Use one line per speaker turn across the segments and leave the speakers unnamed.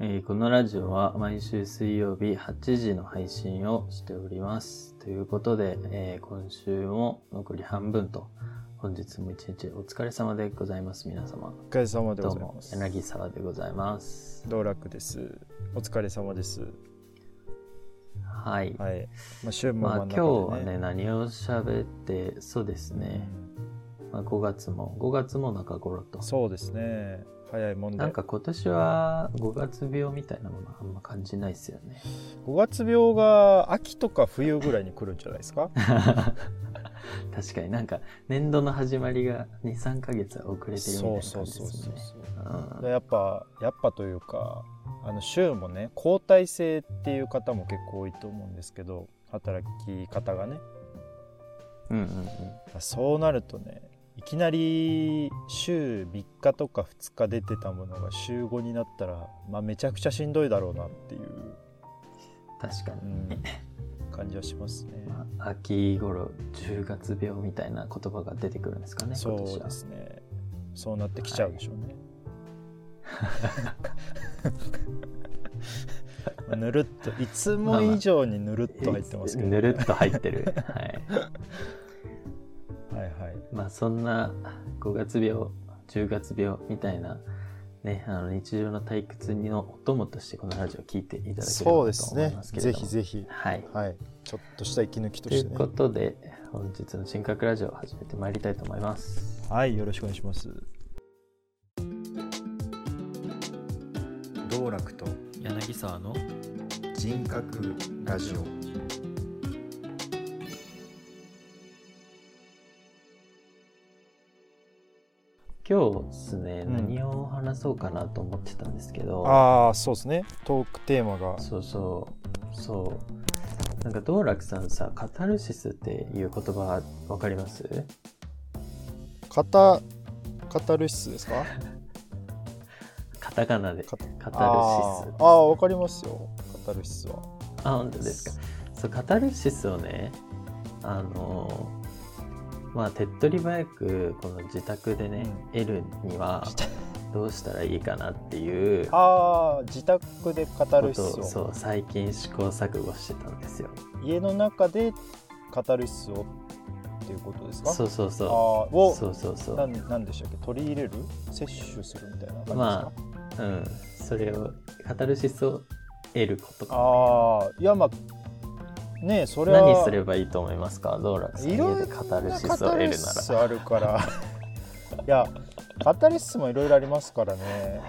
えーこのラジオは毎週水曜日8時の配信をしております。ということで、えー今週も残り半分と、本日も一日お疲れ様でございます、皆様。
お疲れ様で
ど
ご
う
ざい
も
ま、す。
柳沢でございます。
道楽です。お疲れ様です。
はい。
はい。まあ、週も
まあ
真ん
今
中
日は
で
ね、何を喋って、そうですね、まあ、5月も、5月も中頃と
うん。そうですね。早いもんで。
なんか今年は5月病みたいなものあんま感じないですよね。
5月病が秋とか冬ぐらいに来るんじゃないですか
確かになんか年度の始まりが23ヶ月は遅れてるみたい
そう
な
そ
感
う
じ
そ
で
う
す
そ
ね
う。そう。
うん
でやっぱやっぱというかあの週もね交代制っていう方も結構多いと思うんですけど働き方がね
うんうん
そうなるとねいきなり週3日とか2日出てたものが週5になったら、まあ、めちゃくちゃしんどいだろうなっていう、
うん確か
う
に、
ん感じはしますね。
まあ、秋頃10月病みたいな言葉が出てくるんですかね
そ
今年は
うですねそうなってきちゃうでしょう ね。まあぬるっといつも以上にぬるっと入ってますけど、
ぬるっと入って るはい
はいはい
まあそんな5月病10月病みたいなね、あの日常の退屈のお供としてこのラジオを聞いていただければと思いますけれども
ぜひ
はい
はいちょっとした息抜きと
ということで、本日の新格ラジオを始めてまいりたいと思います。
はいよろしくお願いします道楽と
柳沢の
人格ラジオ
今日ですね、
うん
何を話そうかなと思ってたんですけど、
ああそうですねトークテーマが
そうそう、そう。なんか道楽さんさ、カタルシスっていう言葉わかります
カタカタルシスですか
カタカナで。
カタ
カタル
あ
シス
ー。あーわかりますよカタルシスは
あ、本当ですか。そう、カタルシスをね、あのーまあ、手っ取り早くこの自宅でね、得るには
自
どうしたらいいかなっていう
ああ自宅でカタルシス
ことを
を
そう最近試行錯誤してたんですよ
家の中でカタルシスをっていうことですか
そうそう
あ
そ
あー
う
を
そうそうそ
な
うん
なんでしたっけ取り入れる摂取するみたいな感じですか、
まうんそれをカタルシスを得ること
ああいやまあねえそれは
何すればいいと思いますかどうら
いろんな
カタルシスを得るな
カタルシスあるから いやカタルシスもいろいろありますからね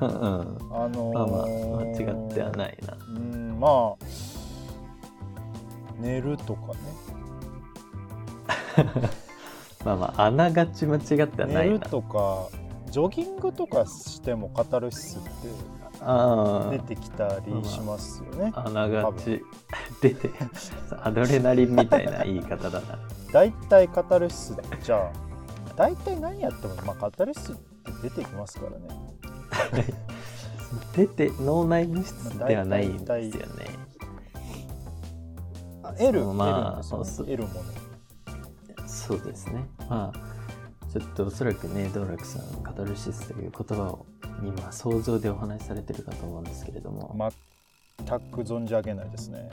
らうん
あのー
まあまあ間違ってはないな
うんまあ寝るとかね
まあまああながち間違ってはな
寝
い
る
な
とかジョギングとかしてもカタルシスって
あ
出てきたりしますよね
ああながち 出てアドレナリンみたいな言い方だな
大体カタルシスじゃあ大体何やっても、まあ、カタルシスって出てきますからね
出て脳内物質ではないんですよね
あ得る、
まあそ
得るんです
う
よね、得るもの
そうですね。まあちょっとおそらくね道楽さんカタルシスという言葉を今想像でお話しされてるかと思うんですけれども、
全く存じ上げないですね。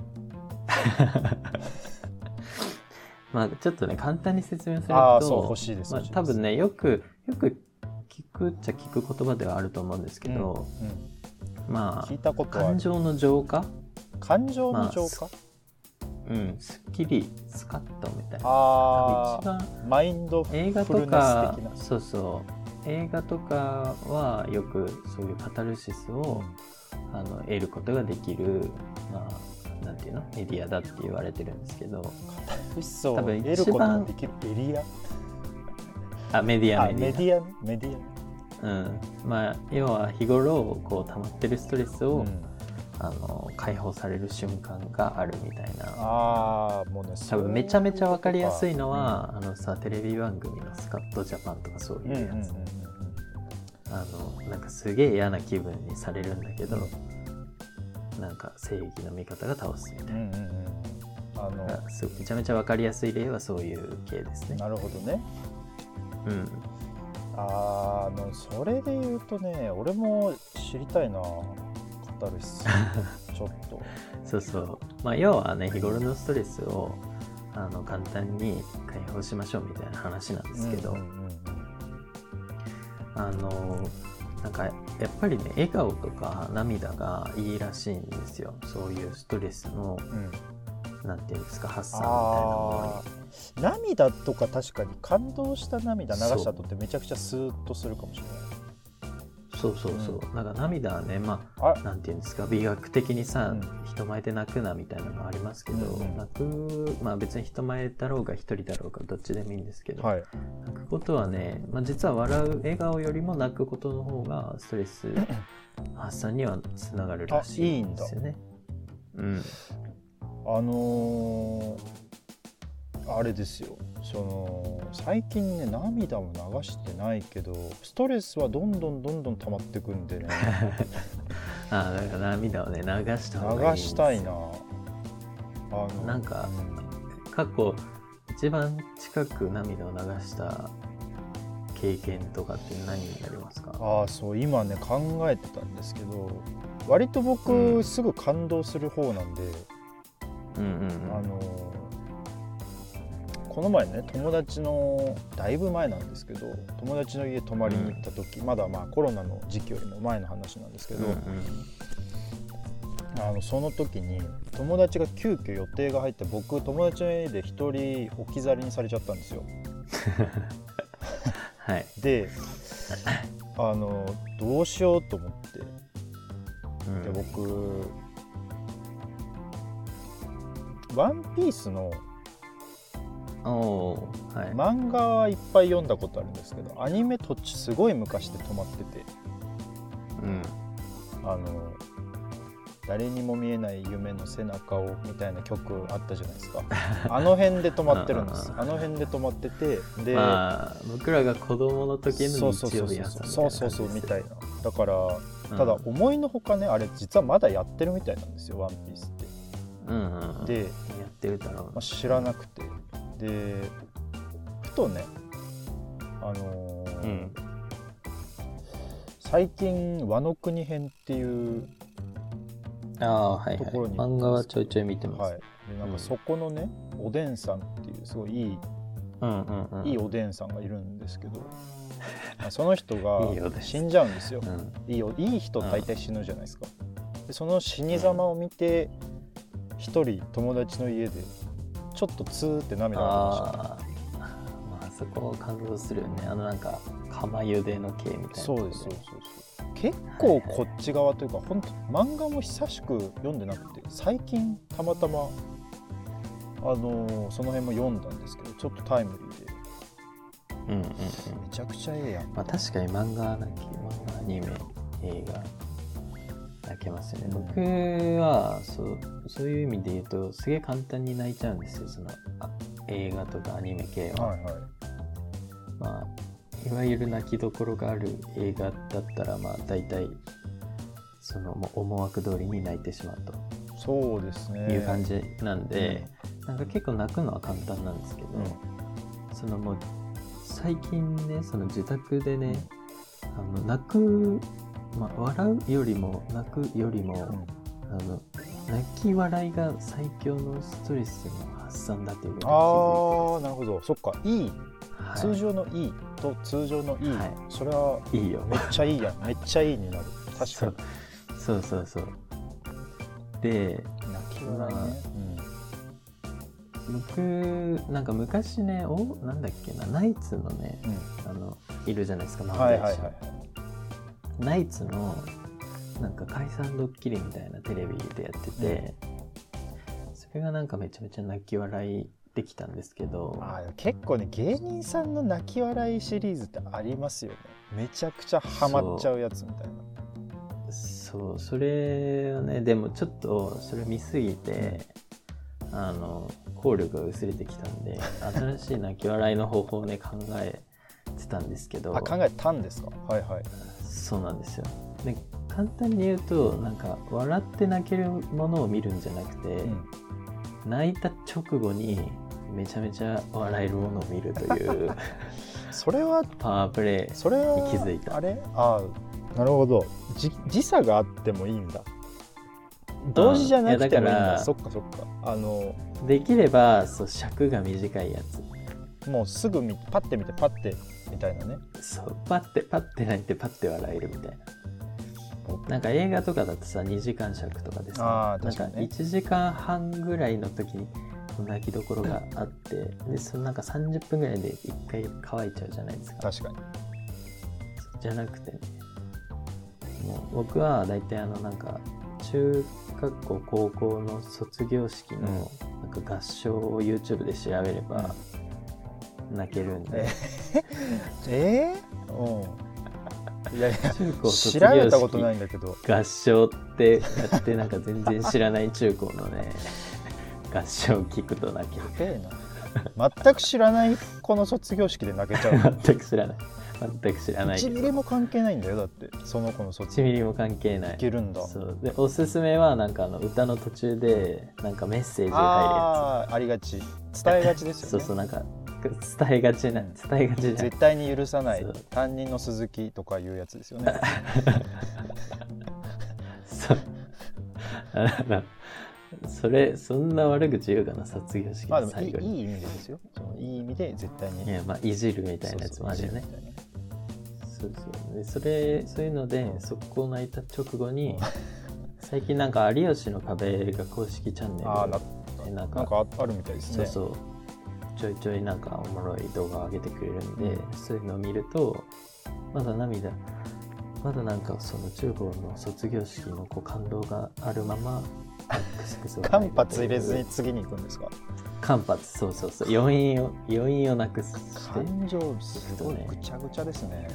まあちょっとね簡単に説明すると
ああ、そう、欲しいです。
まあ
欲しいです
多分、ねよくよく聞くっちゃ聞く言葉ではあると思うんですけど、
うん、
ま
聞いたこ
あ
とはあ
感
る
情の浄化、
感情の浄化、
うん、すっきりスカッとみたいな。
あ
一
ー、あ
番
マインドフル
映
ネ
画
ス
と
的
か
な。
そうそう映画とかはよくそういうカタルシスをあの得ることができる、まあ、なんていうのメディアだって言われてるんですけど
うっそ
多分
得ることができるエリア
あメディア
あ
メ
メデ
ディ
ィアねメディ
ア、うんまあ、要は日頃こう溜まってるストレス
ア、
を、
うん、
あの解放される瞬間があるみたいな
ああもうね
多
そういう
分めちゃめちゃ分かりやすいのは、あのさテレビ番組の「スカッとジャパン」とかそう
う
い
ん、う
うんや
うんうんうん
つ、あのなんかすげえ嫌な気分にされるんだけど、なんか正義の味方が倒すみたいな
う。んうんうんあの
がすごいめちゃめちゃ分かりやすい例はそういう系ですね。
なるほどね
うん、
あーあのそれで言うとね俺も知りたいなカタルシ スちょっと
そうそう。まあ、要はね、日頃のストレスを、あの、簡単に解放しましょうみたいな話なんですけど、
うんうんうん
あの、なんか、やっぱりね、笑顔とか涙がいいらしいんですよ。そういうストレスの、
うんうん
なんていうんですか、発散みたいなも
あー涙とか確かに感動した涙流した後ってめちゃくちゃスーッとするかもしれない
のに。そうそうそう。なんか涙はね、まあ、
あ
なんていうんですか美学的にさ、
うん
人前で泣くなみたいなのありますけど、
うんうん
泣くまあ別に人前だろうが一人だろうがどっちでもいいんですけど、
はい
泣くことはね、まあ、実は笑う笑顔よりも泣くことの方がストレス発散にはつながるらしいんですよね。うん、
あのーあれですよその最近ね涙も流してないけどストレスはどんどんどんどん溜まってくんで ね
ああだから涙をね流した方がいいん
流
です
したいなあの
なんか
うん
過去一番近く涙を流した経験とかって何になりますか
ああそう今ね考えてたんですけど割と僕、
うん
すぐ感動する方なんで、
うんうん
あのこの前ね友達のだいぶ前なんですけど友達の家泊まりに行った時、まだまあコロナの時期よりも前の話なんですけ
うん
ど、
うん
あのその時に友達が急遽予定が入って僕友達の家で一人置き去りにされちゃったんですよ
はい、
であのどうしようと思って
うん
で僕「ワンピースの
おーはい、
漫画はいっぱい読んだことあるんですけどアニメ途中すごい昔で止まってて
うん
あの誰にも見えない夢の背中をみたいな曲あったじゃない ですかあの辺で止まってるんです
うん
あの辺で止まっててで、
まあ僕らが子供の時の日曜日朝
そうそうそうみたいなだから
な
ただ思いのほかねあれ実はまだやってるみたいなんですよ「ワンピースって
うんうんうん、
で、
やってるだろう
まあ、知らなくてでふとねあのー
うん
最近「和の国編」っていう、
ああはいは
と
い
ころに
漫画はちょいちょい見てます、
はい、でなんかそこのね、おでんさんっていうすごいいい,、
うんうんうん
いいおでんさんがいるんです けど、まあその人
いいおでん
が死んじゃうんですよ
う。ん
いいおいい人大体死ぬじゃないですか。でその死に様を見て一人友達の家でちょっとツーって涙が
あーまあそこ感動するよねあのなんか釜茹での系みたいな
出ました。そうですそうですそうです結構こっち側というか本当漫画も久しく読んでなくて最近たまたまあのーその辺も読んだんですけどちょっとタイム
うん
リーで
うんうん
めちゃくちゃええやん
まあ確かに漫画はなき漫画アニメ映画泣けますよね、
うん
僕はそうそういう意味で言うとすげえ簡単に泣いちゃうんですよそのあ映画とかアニメ系は、
はいはい
まあ、いわゆる泣きどころがある映画だったらまあ大体そのもう思惑通りに泣いてしまう
そうですね
という感じなんで、なんか結構泣くのは簡単なんですけど、
う
そのもう最近ねその自宅でねあの泣く、まあ、笑うよりも泣くよりも、
んうん
あの泣き笑いが最強のストレスの発散だということに
ああなるほどそっかいい
気づい
通
て
常のいいと通常のいい、
はい
それは
はい、いいよ
めっちゃいいやんめっちゃいいになる確か
そうそうそうそうで
に泣き笑いね、
僕なんか昔ねおなんだっけなナイツのね
うん
あのいるじゃないですか漫
うん、
才
は
師、
いはいはい
ナイツのなんか解散ドッキリみたいなテレビでやってて、それがなんかめちゃめちゃ泣き笑いできたんですけど
あー結構ね芸人さんの泣き笑いシリーズってありますよねめちゃくちゃハマっちゃうやつみたいな
そうそれはねでもちょっとそれ見すぎてあの効力が薄れてきたんで新しい泣き笑いの方法をね考えてたんですけど
あ考えたんですかはいはい
そうなんですよで簡単に言うとなんか笑って泣けるものを見るんじゃなくて、
うん
泣いた直後にめちゃめちゃ笑えるものを見るという
それは
パワープレイ
それは
気づいた
あれああなるほどじ時差があってもいいんだ同時じゃなくてもいいん
いやだ
だ
から
そっかそっかあの
できればそう尺が短いやつ
もうすぐ見パッて見てパッてみたいなね
そうパッてパッて泣いてパッて笑えるみたいななんか映画とかだとさ2時間尺とかでさ
あー確かにね
なんか1時間半ぐらいの時に泣きどころがあってでそのなんか30分ぐらいで1回乾いちゃうじゃないですか
確かに
じゃなくてねもう僕は大体あのなんか中学校高校の卒業式のなんか合唱を YouTube で調べれば泣けるんで、
ええうんいやいや
中高卒
調
業
べたこと
式
ないんだけど
合唱ってやってなんか全然知らない中高の ね合唱を聞くと泣ける
ええな全く知らない子の卒業式で泣けちゃうの
全く知らない全く知らないけ
1ミ
ど
リも関係ないんだよだってその子の卒
1ミリも関係ない
いけるんだ
そうでおすすめはなんかあの歌の途中でなんかメッセージが入るやつ
ああありがち伝えがちですよね
そうそうなんか伝えがちな
うん
伝えがちじゃん
絶対に許さない
そう
担任の鈴木とかいうやつですよね
そうあの それそんな悪口言うかな卒業式
まあ
の
でも
最
いい
後に、
いい意味でですよそのいい意味で絶対に
いやまあいじるみたいなやつもあるよねそうそうでそれそういうので速攻泣いた直後 に最近なんか「有吉の壁」が公式チャンネル
ああーな
でなんか
なんかああるみたいです
そう
ね
そうちょいちょいなんかおもろい動画を上げてくれるんで、
う
そういうのを見るとまだ涙まだなんかその中高の卒業式のこう感動があるま まクスクス笑
間
える
髪入れずに次に行くんですか
間髪そうそうそう余韻を余韻をなくして
感情すごいぐちゃぐちゃですね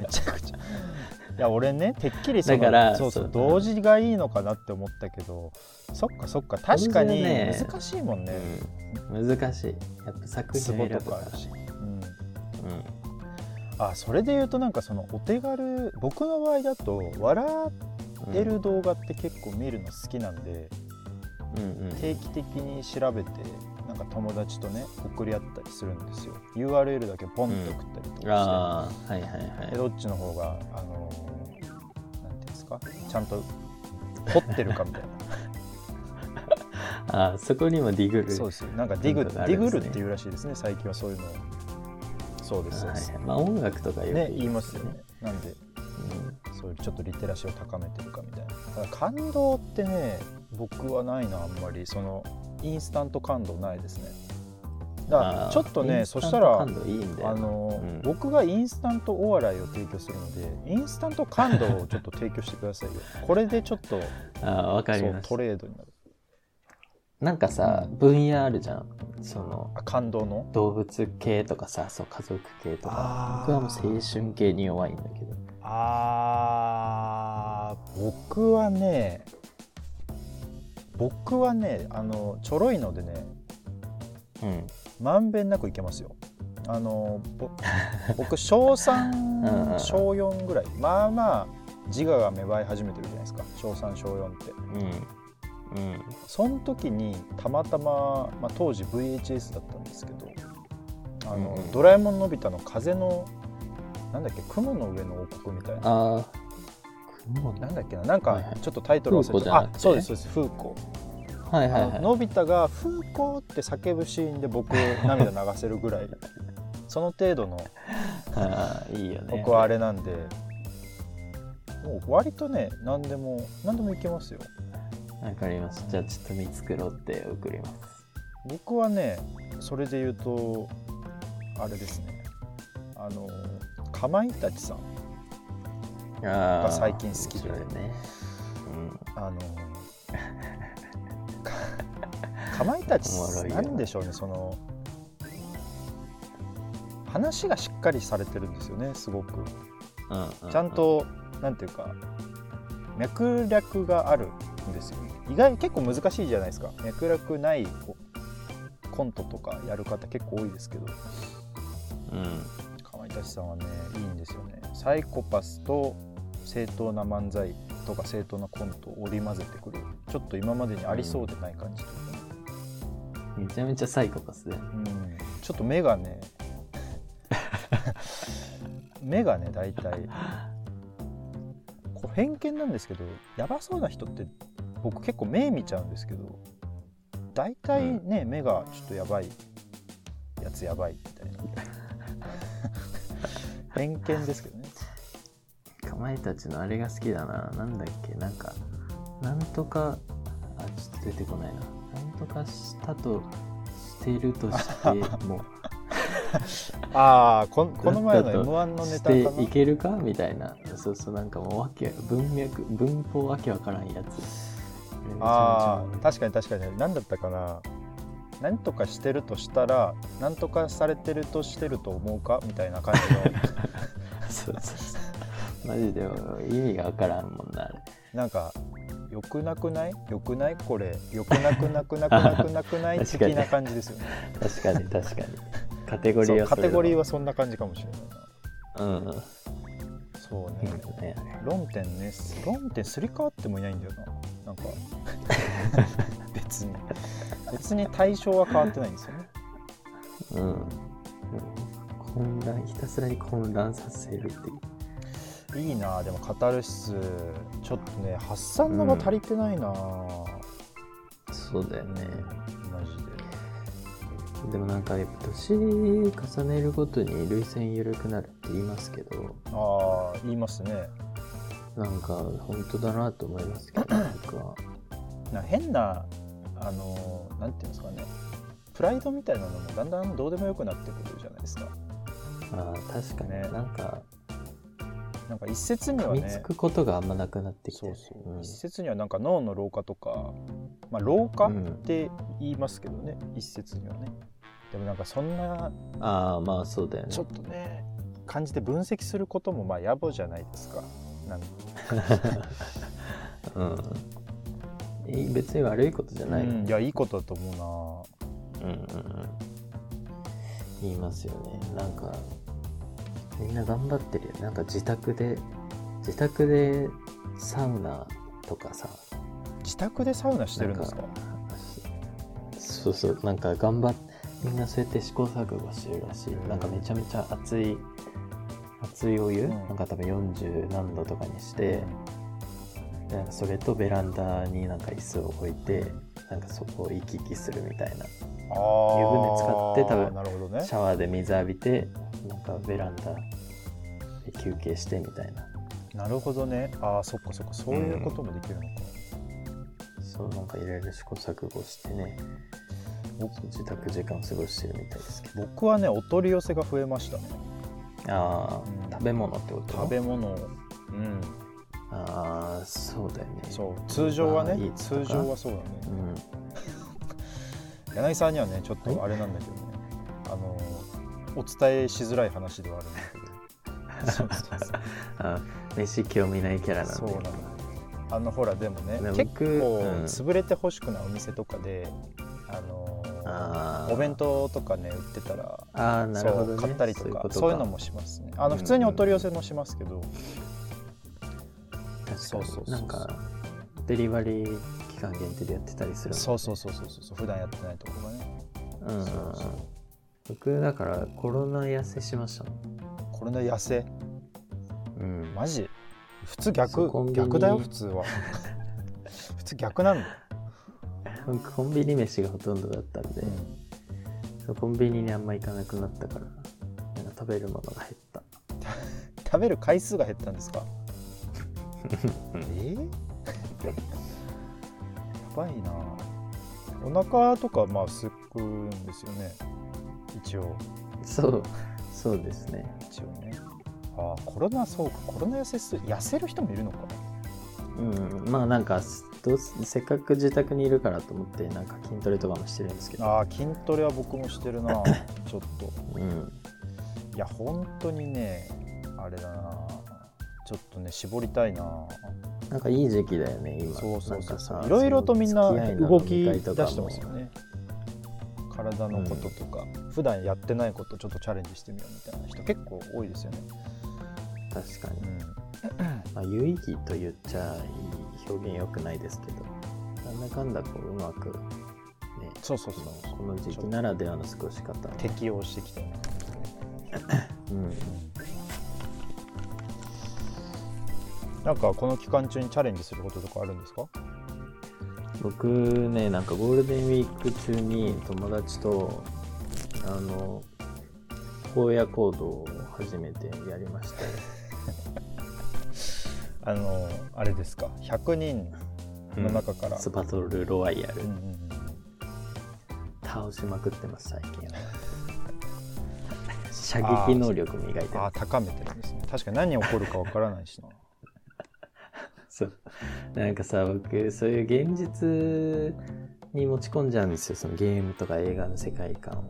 めちゃくちゃいや俺ねてっきりその
だから
そうそう
そう
同時がいいのかなって思ったけどそっかそっか確かに
同時はね
難しいもんね
うん難しいやっぱ作品
ツ
を
ボ
選ぶ
と
か
かあるし、うん、
ら、うん、
あそれで言うとなんかそのお手軽僕の場合だと笑ってる動画って結構見るの好きなんで、
うんうん
定期的に調べてなんか友達とね送り合ったりするんですよ URL だけポンと送ったりとかして、
ああはいはい
で
は
どっちの方があのーなんていうんですかちゃんと掘ってるかみたい な
いあーそこにもディグル
そうですなんかディグ
な
デ
んかあ
ィ
るん
グ
ですね
ルっていうらしいですね最近はそういうのをそうですそう
は
で
い
す、
はいまあ音楽とかよく
ね言いますよ
ね
ねなんで
うん
そういうちょっとリテラシーを高めてるかみたいなただ感動ってね僕はないなあんまりそのインスタント感動ないですねだからちょっとねそしたら
感度いいんだよ
あの、
うん
僕がインスタントお笑いを提供するのでインスタント感動をちょっと提供してくださいよこれでちょっと
あーわか
そ
り
う
まし
ト
た
レードになる
なんかさ分野あるじゃんその
あ感動の
動物系とかさそう家族系とか僕はもう青春系に弱いんだけど
あー僕はね僕はねあのちょろいのでね
うん
まんべんなくいけますよあの ぼ僕小
うんうんう
3
ん
小4ぐらいまあまあ自我が芽生え始めてるじゃないですか小3小4って
うんうん
その時にたまたま、まあ、当時 VHS だったんですけど「あの
うんうん
ドラえもんのび太の風のなんだっけ雲の上の王国」みたいな
ああ雲
な
だ
んだっけななんか
はいはい
ちょっとタイトル忘
フー
れ
コ
ち
じ
ゃ
ゃ
った、
なくて
あそうですそうですフーコ
はいはい
あ
は
の
い
のび太が「フーコ」って叫ぶシーンで僕涙流せるぐらいその程度の
あーいいよね
僕はあれなんで、もう割とね何でも何でもいけますよ
わかりましたじゃあちょっと見繕って送ります
僕はねそれで言うとあれですねあのかまいたちさん
あ
が最近好きで
面白いねうん
あのかかまいたち
おもろいよ
な
なん
でしょうねその話がしっかりされてるんですよねすごく
うんうう
ちゃんとなんていうか脈略があるんですよね意外結構難しいじゃないですか脈略ないこコントとかやる方結構多いですけど
うん
かまいたちさんはねいいんですよねサイコパスと正当な漫才とか正当なコントを織り交ぜてくるちょっと今までにありそうでない感じというか、
めちゃめちゃサイコパスで
うんちょっと目がね 目がね大体こう偏見なんですけどやばそうな人って僕結構目見ちゃうんですけど大体ね、目がちょっとやばいやつやばいみたいな偏見ですけどね
かまいたちのあれが好きだな。なんだっけ、なんか、なんとか、あ、ちょっと出てこないな。なんとかしたと、してると して、も
ああこんこの前の
だった
m
と
1の
う、
ネ
し
タか
て
ない
けるかみたいな。そうそう、なんかもうわけ、文脈、文法わけわからんやつ。
ああ
あ
確かに確かに何だったかな何とかしてるとしたら何とかされてるとしてると思うかみたいな感じの
あ、そうそうそう。マジで意味がわからんもんな、あれ。
なんかよくなくないよくないこれよくなくなくなくなくなくない
確かに
的な感じですよね
確かに確 かに。カテゴリ
そ
ー
う
は
カテゴリー
は。
はそんな感じかもしれない
うんうん。
なそう
いい
ね
よねあれ
論点ね論点すり替わってもいないんだよなな んか別に別に対象は変わってないんですよね
うん。混乱、ひたすらに混乱させるっていう。
いいなあでもカタルシスちょっとね発散のが足りてないなあ、
そうだよね。
マジで
でもなんか、やっぱ年重ねるごとに涙腺緩くなるって言いますけど、
ああ言いますね
なんか本当だなと思いますけ ど、僕は。
なんか変なあのーなんていうんですかねプライドみたいなのもだんだんどうでもよくなってくるじゃないですか
あー確かに、
ね
なんか、
なんか一説に
噛
は
み
ね
つくことがあんまなくなってきて、
そう
ね。
そう、一説にはなんか脳の老化とか、まあ、老化っ
うん
て言いますけどね、一説にはねでもなんかそんな
うんああ、まあそうだよね
ちょ。っとね感じて分析することもまあ野暮じゃないですかなんか
うん。え別に悪いことじゃない。
うん、いやいいことだと思
うんうんうん言いますよねなんかみんな頑張ってるよねなんか自宅で自宅でサウナとかさ
うな自宅でサウナしてるんですか
そうそうなんか頑張っみんなそうやって試行錯誤してるらしい
うん
なんかめちゃめちゃ熱い熱いお湯、
うん
なんか多分40何度とかにして、でなんかそれとベランダになんか椅子を置いてなんかそこを行き来するみたいな
ああ
湯船使って多分
なるほどね
シャワーで水浴びてなんかベランダで休憩してみたいな
なるほどねああそっかそっかそういうこともできるのか、
そうなんかいろいろ試行錯誤してね僕自宅時間を過ごしてるみたいですけど
僕はねお取り寄せが増えましたね
ああ、
うん
食べ物ってこと
食べ物をうん
ああそうだよねう、
そう通常は
あーいい
ね
とか
通常はそうだね
ん、
柳井さんにはねちょっとあれなんだけどねあのお伝えしづらい話ではあるんだ けどそうそうそう
あー飯興味ないキャラなん
そう
で
なのあのほらでもね
ね
結
僕
構
うん
潰れてほしくないお店とかで、あの
ああ
お弁当とかね売ってたら
ああなるほど、ね、
そう買ったりとかそういう
こと
のもしますね
うん
あ
う
の
ん
普通にお取り寄せもしますけど、
確かに
そうそうそう
なんかデリバリー期間限定でやってたりするもんね
そうそうそうそうそう普段やってないところがね
うんうん
そうそう
僕だからコロナ痩せしましたも
これの痩せ
ん、うん、
マジ普通
そうコンビニ
逆逆だよ普通は 普通逆 なんだ、
僕コンビニ飯がほとんどだったんで、コンビニにあんま行かなくなったからなんか食べるものが減った
食べる回数が減ったんですかえ ーやばいなお腹とかまあすくんですよね一応
そうそうですね
一応ねああコロナそうかコロナ痩せす痩せる人もいるのか
うんまあなんかどうせせっかく自宅にいるからと思ってなんか筋トレとかもしてるんですけど、
ああ筋トレは僕もしてるなちょっと
うん、
いや本当にねあれだなちょっとね絞りたいな
なんかいい時期だよね今
そうそ
な
うそうん
か
そ
さ
ういろいろとみんな
その付き合いの
動き
飲み
出
会とかも
してますよね体のこととか、普段やってないことちょっとチャレンジしてみようみたいな人結構多いですよね、
確かに
う、ん、
まあ、有意義と言っちゃいい表現良くないですけどなんだかんだこううまくね
そうそう
そ
そう
のこの時期ならではの過ごし方をね
適応してきたよね
うん
なんかこの期間中にチャレンジすることとかあるんですか
僕ねなんかゴールデンウィーク中に友達とあの荒野行動を初めてやりましたよ
あのあれですか100人の中から、
スパトルロワイヤル
うんうんうん
倒しまくってます最近 は射撃能力磨いて
あ
ま
あ高めてるんですね確かに何起こるかわからないし な
すそうなんかさ僕そういう現実に持ち込んじゃうんですよそのゲームとか映画の世界観を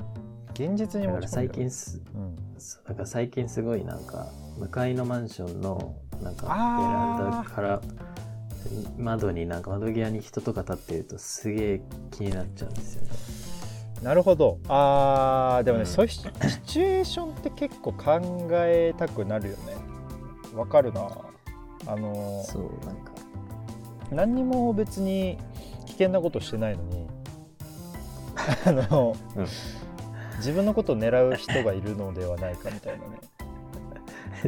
現実に
だ
持
から
ち込んで
最近す
うん、
そうなんか最近すごいなんか向かいのマンションのなんかベラ
あ
ンダから窓になんか窓際に人とか立ってるとすげえ気になっちゃうんですよね。
なるほどあーでもね、
うん
そういうシシチュエーションって結構考えたくなるよねわかるなあの
そうなんか
何にも別に危険なことしてないの にあの、
うん
自分のことを狙う人がいるのではないかみたいなね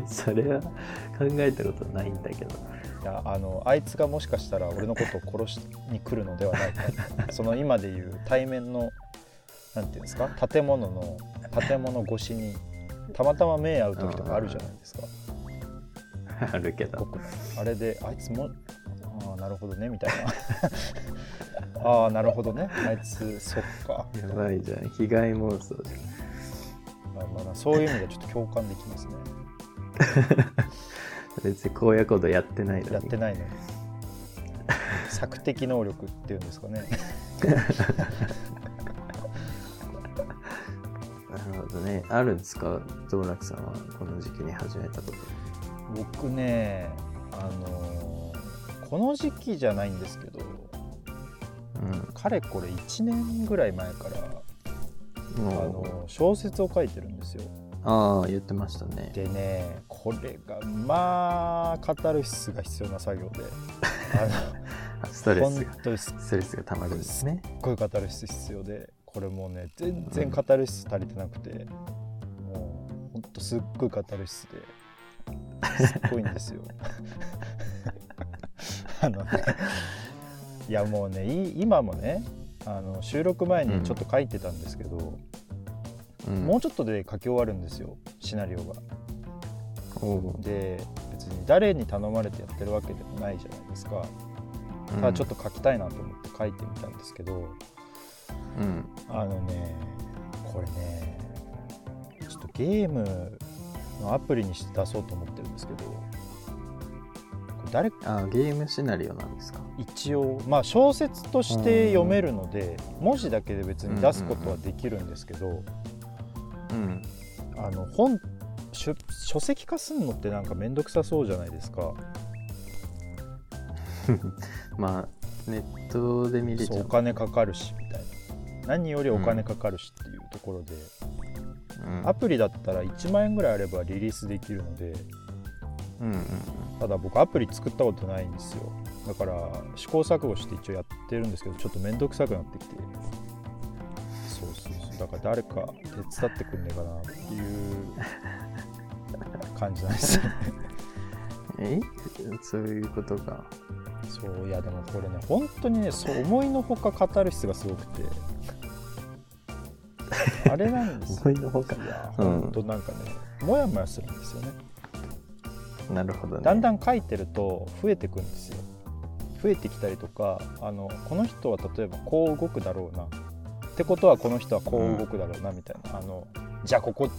それは考えたことないんだけど
いやあのあいつがもしかしたら俺のことを殺しに来るのではないかその今でいう対面のなんていうんですか建物の建物越しにたまたま目合う時とかあるじゃないですか
あるけ
ご
ど
くあれであいつもああなるほどねみたいなああなるほどねあいつそっか
やばいじゃん被害妄想じ
まあまあまあそういう意味ではちょっと共感できますね。
ゃん別に荒野行動やってないのに
やってないのに。索敵能力っていうんですかね。
なるほどねあるんですか道楽さんはこの時期に始めたこと
僕ね、あのーこの時期じゃないんですけど、
うん
かれこれ1年ぐらい前から、あ
も
のー小説を書いてるんですよ。
うああ言ってましたね
でね、これがまあカタルシスが必要な作業で、
あス
あ
ト
の
レス
本
が
当にすっ
ストレスがたまるんですね
ごいカタルシス必要で、これもうね全然カタルシス足りてなくて、もうほんとすっごいカタルシスで。すっごいんですよ。 あのねいやもうねい今もねあの収録前にちょっと書いてたんですけど、
うん
もうちょっとで書き終わるんですよシナリオが。
おう
で別に誰に頼まれてやってるわけでもないじゃないですかただちょっと書きたいなと思って書いてみたんですけど、
うん
あのねこれねちょっとゲームのアプリにして出そうと思ってるんですけどこれ誰
あゲームシナリオなんですか
一応まあ小説として読めるので文字だけで別に出すことはできるんですけど
うん
あの本書書籍化すんのってなんか面倒くさそうじゃないですか
まあネットで見れちゃ
そう
う
お金かかるしみたいな何よりお金かかるしっていうところで
うん
アプリだったら1万円ぐらいあればリリースできるので
うんうん
ただ僕アプリ作ったことないんですよだから試行錯誤して一応やってるんですけどちょっと面倒くさくなってきてそうそうそうだから誰か手伝ってくんねえかなっていう感じな んですよ
えそういうことか
そういやでもこれね本当にねそう思いのほか語る質がすごくてあれなんです よ
いのほか
いや
うん
本当なんかねモヤモヤするんですよね
なるほどね
だんだん書いてると増えてくんですよ増えてきたりとかあのこの人は例えばこう動くだろうなってことはこの人はこう動くだろうなみたいな、あのじゃあここ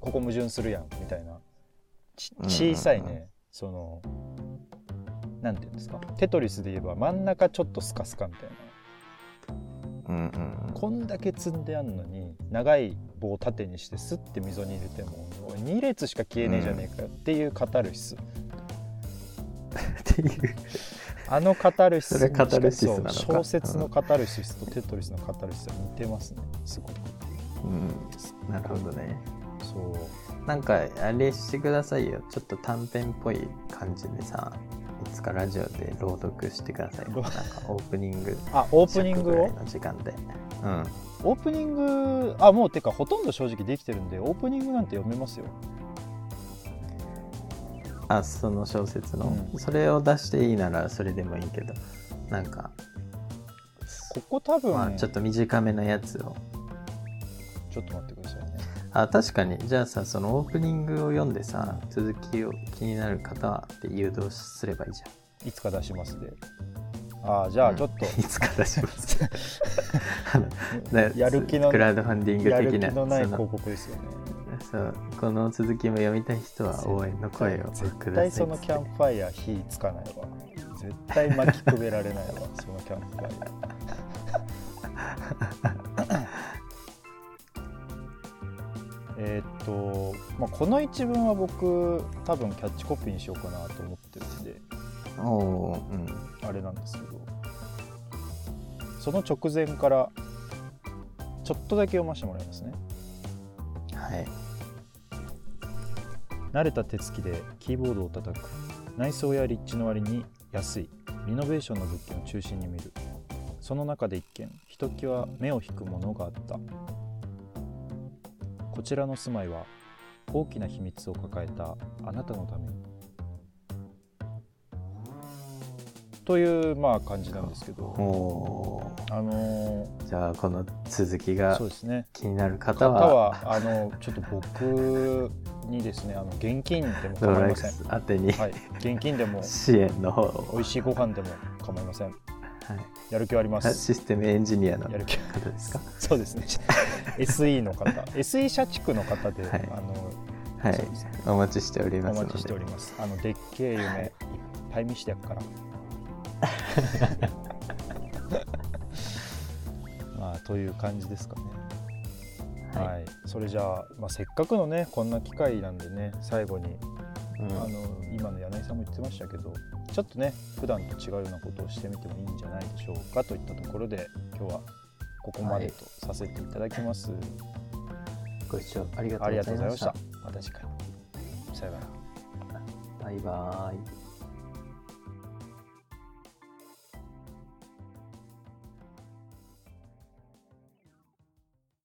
ここ矛盾するやんみたいなち
うんうんうん
小さいね、そのなんていうんですかテトリスで言えば真ん中ちょっとスカスカみたい
うん
な
うん
こんだけ積んであんのに長い棒を縦にしてスッて溝に入れても2列しか消えねえじゃねえかよっていうカタルシス、
っていう
あのカタルシス
それカタルシスなのか
そう小説のカタルシスとテトリスのカタルシスは似てますねすごく
うんなるほどね
そう
なんかあれしてくださいよちょっと短編っぽい感じでさいつかラジオで朗読してくださいな
ろ
んかオープニング
あオープニン
尺
グ
ぐら
を
いの時間でうん
オープニングあもうてかほとんど正直できてるんでオープニングなんて読めますよ
あその小説の、
うん
それを出していいならそれでもいいけどなんか、
ここ多分、
まあ、ちょっと短めのやつを
ちょっと待ってくださいね
あ確かにじゃあさそのオープニングを読んでさ続きを気になる方はって誘導すればいいじ
いつか出しますでああじゃあちょっと、
ゃんいつか出します あの ね
やる気の
クラウドファンディング
やる
的
気
な
のない
そ
広告ですよね
そうこの続きも読みたい人は応援の声をく
絶
だ
対
さいっ
そ
つ
の
っ
キ
て
ャンプファイヤー火つかないわ絶対巻きくべら れないわそのキャンプファイヤー えーっと、まあ、この一文は僕多分キャッチコピーにしようかなと思ってるんで
おーうん
あれなんですけどその直前からちょっとだけ読ませてもらいますね
はい
慣れた手つきでキーボードを叩く内装や立地の割に安いリノベーションの物件を中心に見るその中で一軒ひときわ目を引くものがあったこちらの住まいは大きな秘密を抱えたあなたのためにというまあ感じなんです けど
おー
あの
じゃあこの続き
ー
が
そうですね
気になる方
方
は
はあのちょっと僕にですねあの現金でも
ド
構い
ラ
ま
イ
せん
ス宛てに
はい、現金でも
支援の方を、
美味しいご飯でも構いません。
はい
やる気はありま
あ
す。
システムエンジニアの
やる気
方ですか
そう ですね。SE の方、SE 社畜の方で、
はい
あの
は
そ
いう
ですね
お待ちしており
お
ますの
待ち
で
しております。あのでっけえ夢、
はい
いっぱい見してや っから。まあという感じですかね。はい、
はい
それじゃあ、まあ、せっかくのねこんな機会なんでね最後に
うん
あの今の柳井さんも言ってましたけどちょっとね普段と違うようなことをしてみてもいいんじゃないでしょうかといったところで今日はここまでとさせていただきます、
ご視聴ありが
あ
とう
り
ご
がと
ざ
う
い
ござい
ま
ま
し
した
た
また次回さよなら
バイバーイ